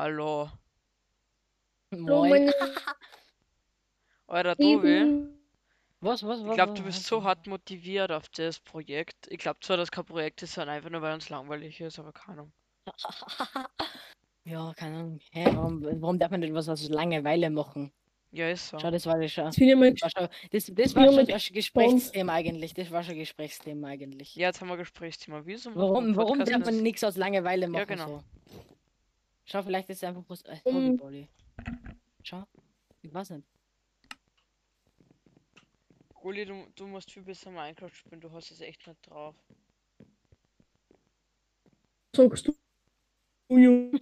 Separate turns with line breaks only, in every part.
Hallo.
Hallo,
Moin.
meine
Euer Tobi.
Lieben.
Was, was, was?
Ich glaube,
was-
du bist
was-
so hart motiviert auf das Projekt. Ich glaube zwar, dass kein Projekt ist, sondern einfach nur, weil uns langweilig ist, aber keine Ahnung.
Ja, keine Ahnung. Hä, warum, warum darf man denn was aus Langeweile machen?
Ja, ist so.
Schau, das war das schon.
Das finde ich mein
Das war schon, das, das
Ja,
war schon
mit
das Gesprächsthema eigentlich. Das war schon Gesprächsthema eigentlich.
Ja, jetzt haben wir Gesprächsthema. Wieso? macht
Warum,
man
warum
Podcast
darf man
nicht?
nichts aus Langeweile machen?
genau.
So? Schau, vielleicht ist es einfach bloß ein
Um.
Hobbybolly. Schau. Ich weiß nicht.
Gulli, du, du musst viel besser Minecraft spielen, du hast es echt nicht drauf.
sagst du? Du Junge.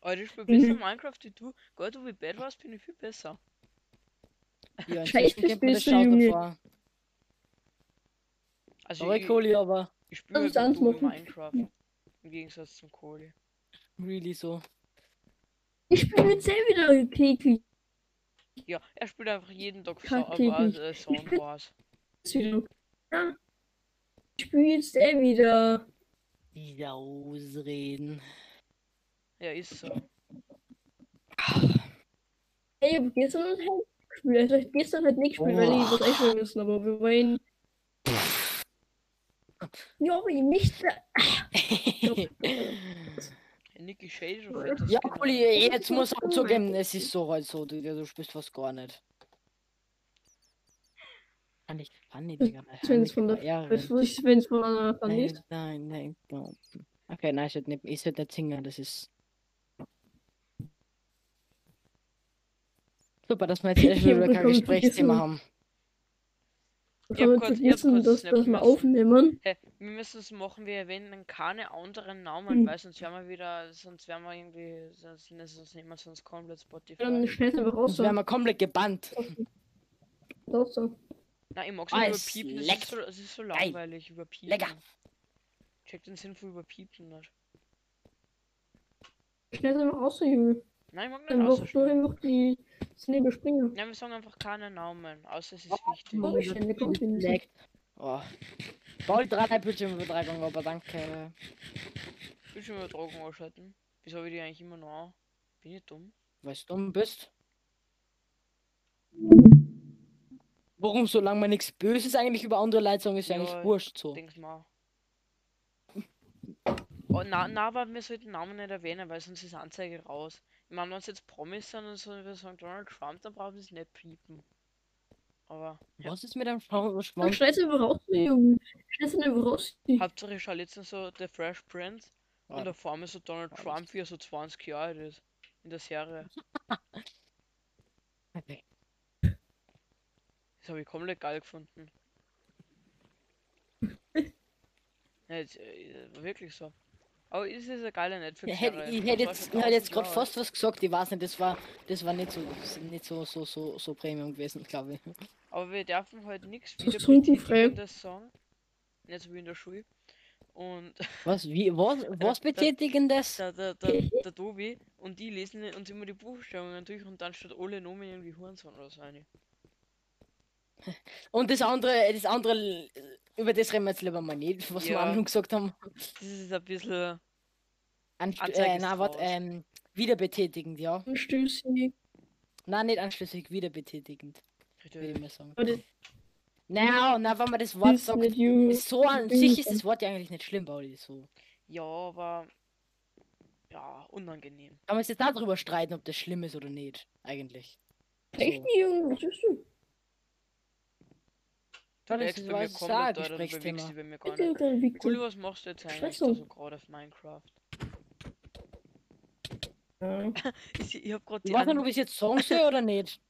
Aber ich spiele
Mhm.
besser Minecraft wie du. Gott, du wie bad warst, bin ich viel besser.
Ja,
Scheiße,
inzwischen geht mir das
bist du,
schon so
Junge.
vor.
Also
Aber
ich,
Kohli, aber
ich spiele
Kannst
mit
du alles
du
machen?
Minecraft. Im Gegensatz zum Kohli.
really so.
Ich bin jetzt sehr wieder gekekelt.
Ja, er spielt einfach jeden Tag
Kack
Sa-
dich
Wars,
nicht.
äh,
bin-
Sound Wars.
Ja. Ich bin jetzt sehr wieder.
Diese Ausreden.
Ja, ist so.
Hey, ich hab gestern halt gespielt. Also, ich hab gestern halt nicht gespielt, weil ich was echt schon müssen, aber wir wollen. Ja, aber ich nicht.
Nicky Shade
Genau. Ja,
oder
Ja, Uli, jetzt
so
muss
dumm,
er zugeben, es ist so halt so, du, du spielst was gar nicht. Kann ich, kann ich, Digga.
Ich bin jetzt von der-
Ehre.
Was weiß ich, wenn es von einer Fan ist?
Nein, nein, nein, nein. Okay, nein, ich sollte nicht, ich sollte nicht singen, das ist. Super, dass wir jetzt
Ich
erst wieder
hab
kein
bekommen zu
Gesprächsthema
wissen.
haben.
Ich
Ja,
habe
kurz-
kurz,
ich hab
vergessen,
kurz
dass,
Snap
dass wir
gelassen.
aufnehmen.
Hä, wir müssen es machen, wir erwähnen dann keine anderen Namen,
Hm.
Mhm.
weil sonst wären wir wieder, sonst wären wir irgendwie, sonst ist uns niemand sonst komplett Spotify.
Dann schneiden wir raus.
Sonst wären wir komplett gebannt.
raus so.
Nein, ich mag's
Ah,
nicht
es
überpiepen, das
leckt.
ist, so, das ist so
Geil.
langweilig, überpiepen.
Lecker.
Check den Sinn von überpiepen nicht.
Schneiden wir raus, so, Junge.
Nein, ich mag
Dann
nicht
wird nur
ausschneiden.
einfach die Snebe springen.
Nein, wir sagen einfach keine Namen, außer es ist wichtig.
Warum ich denn? Der kommt hier nicht.
Leckt. Oh. Bald drei Bildschirmübertragung, aber danke.
Bildschirmübertragung ausschalten. Wieso habe ich die eigentlich immer noch an? Bin ich dumm?
weil du dumm bist. Warum, solange man nichts Böses eigentlich über andere Leute sagen, ist ja
Ja,
eigentlich wurscht so.
Denk mal. Oh, na, na, aber wir sollten Namen nicht erwähnen, weil sonst ist die Anzeige raus. Ich meine, wenn es jetzt Promis sind und so, und wir sagen Donald Trump, dann brauchen wir es nicht piepen. Aber
Was ist mit einem Schwamm?
Dann
Schwamm?
schneiden wir raus, so, Junge. Schneiden wir raus. so.
Hauptsache, ich schaue letztens so The Fresh Prince
Ah.
und da vor mir so Donald
Ah,
Trump, wie er so 20 Jahre alt ist. In der Serie. Das habe ich komplett geil gefunden. ja, jetzt, äh, wirklich so. Aber es ist eine geile
Ich
Netflix-Serie.
hätte, ich
Das
hätte
war schon
jetzt, ich hätte
1000
jetzt
Jahre
gerade
alt.
fast was gesagt, ich weiß nicht, das war, das war nicht so, nicht so, so, so, so Premium gewesen, glaube ich.
Aber wir dürfen heute nichts
Das
wieder
ist unten frei.
betätigen, das Song. Nicht so wie in der Schule. Und
Was, wie, was, was
da-
betätigendes?
der, der, der, der Tobi und die lesen uns immer die Buchstaben durch und dann steht alle Nomen irgendwie Hurensohn oder so eine.
Und das andere, das andere, über das reden wir jetzt lieber mal nicht, was wir
Ja.
am Anfang gesagt haben.
Das ist ein bisschen.
Anst
Anzeige
äh,
ist
na, warte,
raus.
ähm, wieder betätigend, ja.
Anstößig.
Nein, nicht anschlüssig, wieder betätigend, würde ich
richtig.
mal sagen.
Aber das Hm,
Na, na, wenn man das Wort
ist
sagt,
nicht Junge.
ist so an
Ding
sich ist
dann.
das Wort ja eigentlich nicht schlimm, Pauli, so.
Ja, aber. Ja, unangenehm.
Kann man jetzt nicht darüber streiten, ob das schlimm ist oder nicht, eigentlich.
Echt nicht, Junge. Was ist denn?
Du
Ja, das
legst
ist
bei mir
was-
komplett,
das
Alter, du bewegst
Gesprächsthema.
dich bei mir gar
Bitte,
nicht.
kleine
Cool,
Victor.
was machst du jetzt eigentlich da
Scheiße.
so gerade auf Minecraft?
Ja.
Ich, ich hab gerade
Ich
die
weiß nicht,
An-
ob ich jetzt sagen soll oder nicht.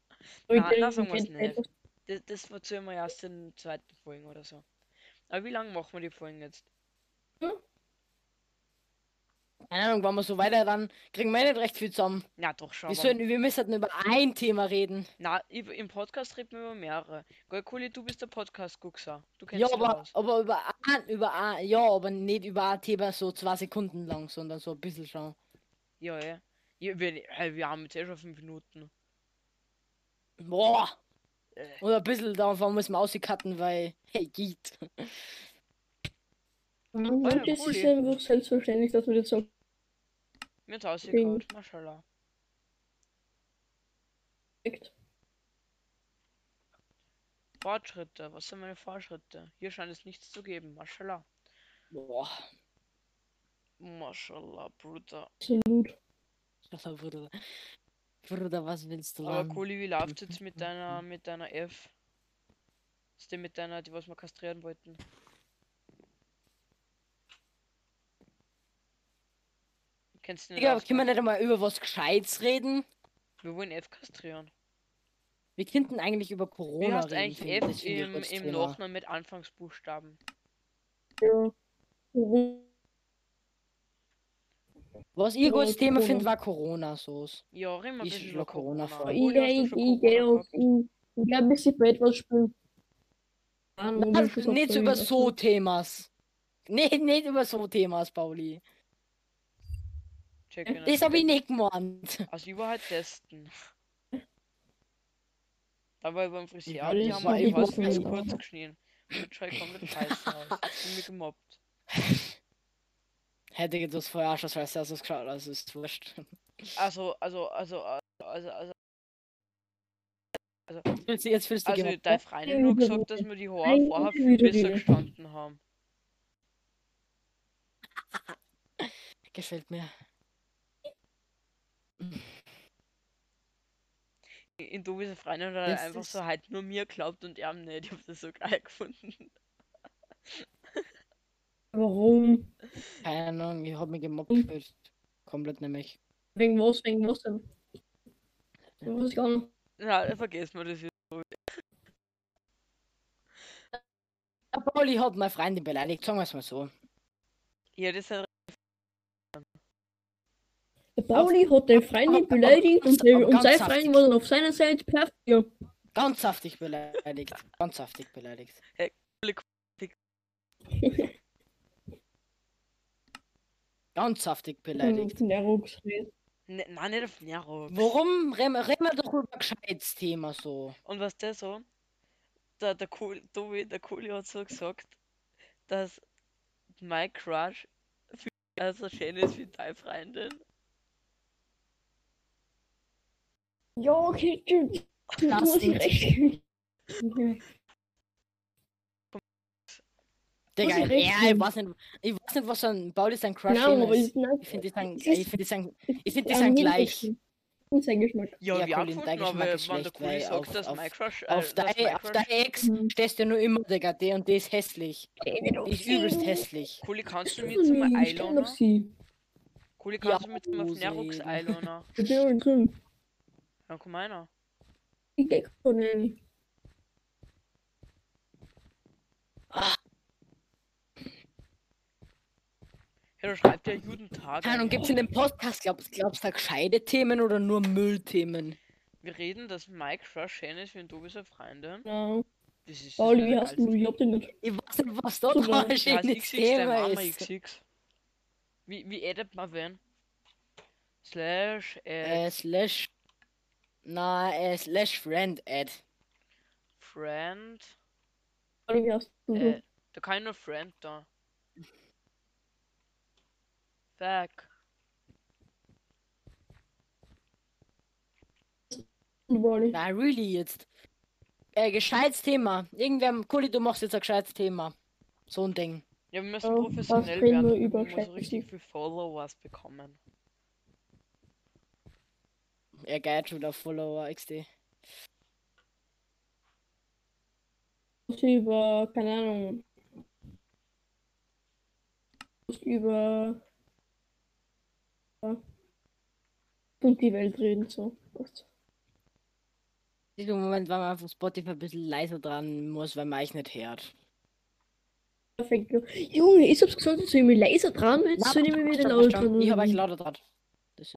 Na,
Leute,
na, sagen wir's
ich bin
nicht.
etwas-
Das, das erzählen wir erst in zweiten Folgen oder so. Aber wie lange machen wir die Folgen jetzt?
Keine Ahnung, wenn wir so weiter, dann kriegen wir eh nicht recht viel zusammen.
Na doch, schau
Wir,
mal.
sollen, wir müssen halt über ein Thema reden.
Na, i- im Podcast reden wir über mehrere. Golkuli, du bist der Podcast-Guxer. Du kennst
Ja,
dich
aber,
aus.
aber über ein, über ein, ja, aber nicht über ein Thema so zwei Sekunden lang, sondern so ein bisschen schon.
Ja, ja. ja wir, äh, wir haben jetzt eh schon fünf Minuten.
Boah!
Äh.
Oder ein bisschen davon müssen wir auscutten, weil, hey, geht.
Manche
cool,
ist
ja.
ja einfach selbstverständlich, dass wir das sagen.
Mir hat's ausgekaut, mashallah.
Perfekt.
Fortschritte, was sind meine Fortschritte? Hier scheint es nichts zu geben, mashallah.
Boah,
Mashallah, Bruder.
Absolut.
Bruder. Bruder, was willst du
Aber
lernen?
Kohli, wie läuft's jetzt mit deiner, mit deiner F? Ist denn mit deiner, die was wir kastrieren wollten? Kennst du nicht
Digga,
aus-
können wir nicht einmal über was Gescheites reden?
Wir wollen F kastrieren.
Wir könnten eigentlich über
Wie
Corona
hast
reden.
eigentlich
finde ich, das
F
finde ich
im,
kurz
im
Thema.
Nachnamen mit Anfangsbuchstaben?
Ja. Warum?
Was ihr
Ja,
gutes Thema
Corona.
findet, war Corona-Sauce.
Ja, reden wir ein
Ich
bisschen
über
über Corona.
Corona fragen.
Kohli,
Ich,
hast du
ich,
schon
ich,
Corona
glaub,
gehabt?
ich, ich glaube, ich bei etwas spielen. Ah,
Nein,
das ist auch
Nicht
so
über
wie-
so Themas. Nee, nicht über so Themas, Pauli.
Check in.
Das habe ich nicht gemeint.
Also überall testen. Dabei beim Friseur,
das
die
ist
haben
ja
wir
nicht
fast ganz
machen.
kurz geschnien. Und schaut komplett scheiße aus. Und mich gemobbt.
Hätte ich das vorher auch schon als erstes geschaut, also ist wurscht.
Also, also, also, also, also,
Jetzt jetzt fühlst du dich
also,
gemobbt,
deine
ne?
Freundin nur gesagt, dass wir die Haare
Nein,
vorher
ich
viel
würde
besser
nicht.
gestanden haben.
Gefällt mir.
In Tobias Freundin hat halt
Das
einfach
ist-
so halt nur mir glaubt und er nicht. Ich hab das so geil gefunden.
Warum?
Keine Ahnung, ich habe mich gemobbt
Mhm.
gefühlt. Komplett nämlich.
Wegen was? Wegen was denn? Ich weiß gar nicht.
Na, vergiss mal das. jetzt.
Ja, Pauli hat meine Freundin beleidigt, sagen wir es mal so.
Ja, das sind
Der Pauli hat den Freundin beleidigt und, der, und seine
Ganz
Freundin war dann auf seiner Seite perfekt. Ja.
Ganz saftig beleidigt. Ganz saftig beleidigt. Ganz saftig beleidigt.
Der Rucks.
Ne, nein, nicht auf Nero.
Hm.
Warum reden wir reden wir doch über ein gescheites Thema so?
Und was der so, der, der, Kohl, Tobi, der Kohli hat so gesagt, dass mein Crush viel mehr so schön ist wie deine Freundin.
Ja, okay, du, du, du
Das
hast
nicht.
recht. Okay.
Digga,
Muss ich recht
ja, ich
geben.
weiß nicht, ich weiß nicht, was so ein Pauli sein Crush
Nein, aber
ist.
ich, nein,
Ich finde die sind,
es ist-
ich finde die sind, ich finde die
ja,
sind
jedem
gleich.
Essen. Das ist ein Geschmack.
Ja,
Ja,
wir
Colin,
haben
dein
gefunden,
Geschmack
aber
ist
wenn der
schlecht,
Kohli
weil
sagt,
auf-
dass
auf-
mein Crush, äh,
Auf
dass mein
dein, auf
Crush,
dein Ex
Mhm.
stehst du nur immer, Digga, der und der ist hässlich. Die ist übelst hässlich.
Kohli, kannst du
Ich
mir jetzt mal
ich stehe auf
einladen?
sie.
Kohli,
Ja,
kannst du mir jetzt mal auf
Hose
Nerox
eben.
einladen?
Ich bin auch drin.
Dann komm einer.
Ich gehe von denen.
Ja, da schreibt ja jeden Tag.
Keine Ahnung, gibt's in dem Podcast, glaubst, glaubst du, da gescheite Themen oder nur Müllthemen?
Wir reden, dass Mike Crush schön ist wie ein Tobi seine Freundin.
Ja.
Das ist das
Pauli, wie
wäre
hast du? Ich hab den nicht.
Ich weiß nicht, was da
Super.
dran
Ja, als
schönes
XX, der
Thema
Mama
ist.
XX. Wie, wie edit man wen? Slash, äh,
Äh, slash. Na, äh, slash friend ad.
Friend.
Pauli, wie hast du?
Äh, da kann ich nur Friend da. Fuck.
den Pauli.
Na, really jetzt. Äh, gescheites Thema. Irgendwer, Kuli, du machst jetzt ein gescheites Thema. So ein Ding.
Ja, wir müssen
Oh, was
professionell
reden
werden.
wir
Wir
über
müssen richtig
Schätzen?
viel Followers bekommen.
Er geht schon auf Follower XD.
Was über, keine Ahnung. Was über. ja, Und die Welt reden, so. Was?
Im Moment, weil man auf Spotify ein bisschen leiser dran muss, weil man euch nicht hört.
Perfekt. Junge, ich hab's gesagt, jetzt soll ich mir leiser dran, jetzt
Na,
soll ich mir
stopp,
wieder
stopp,
laut
stopp.
dran.
Ich habe euch lauter dran.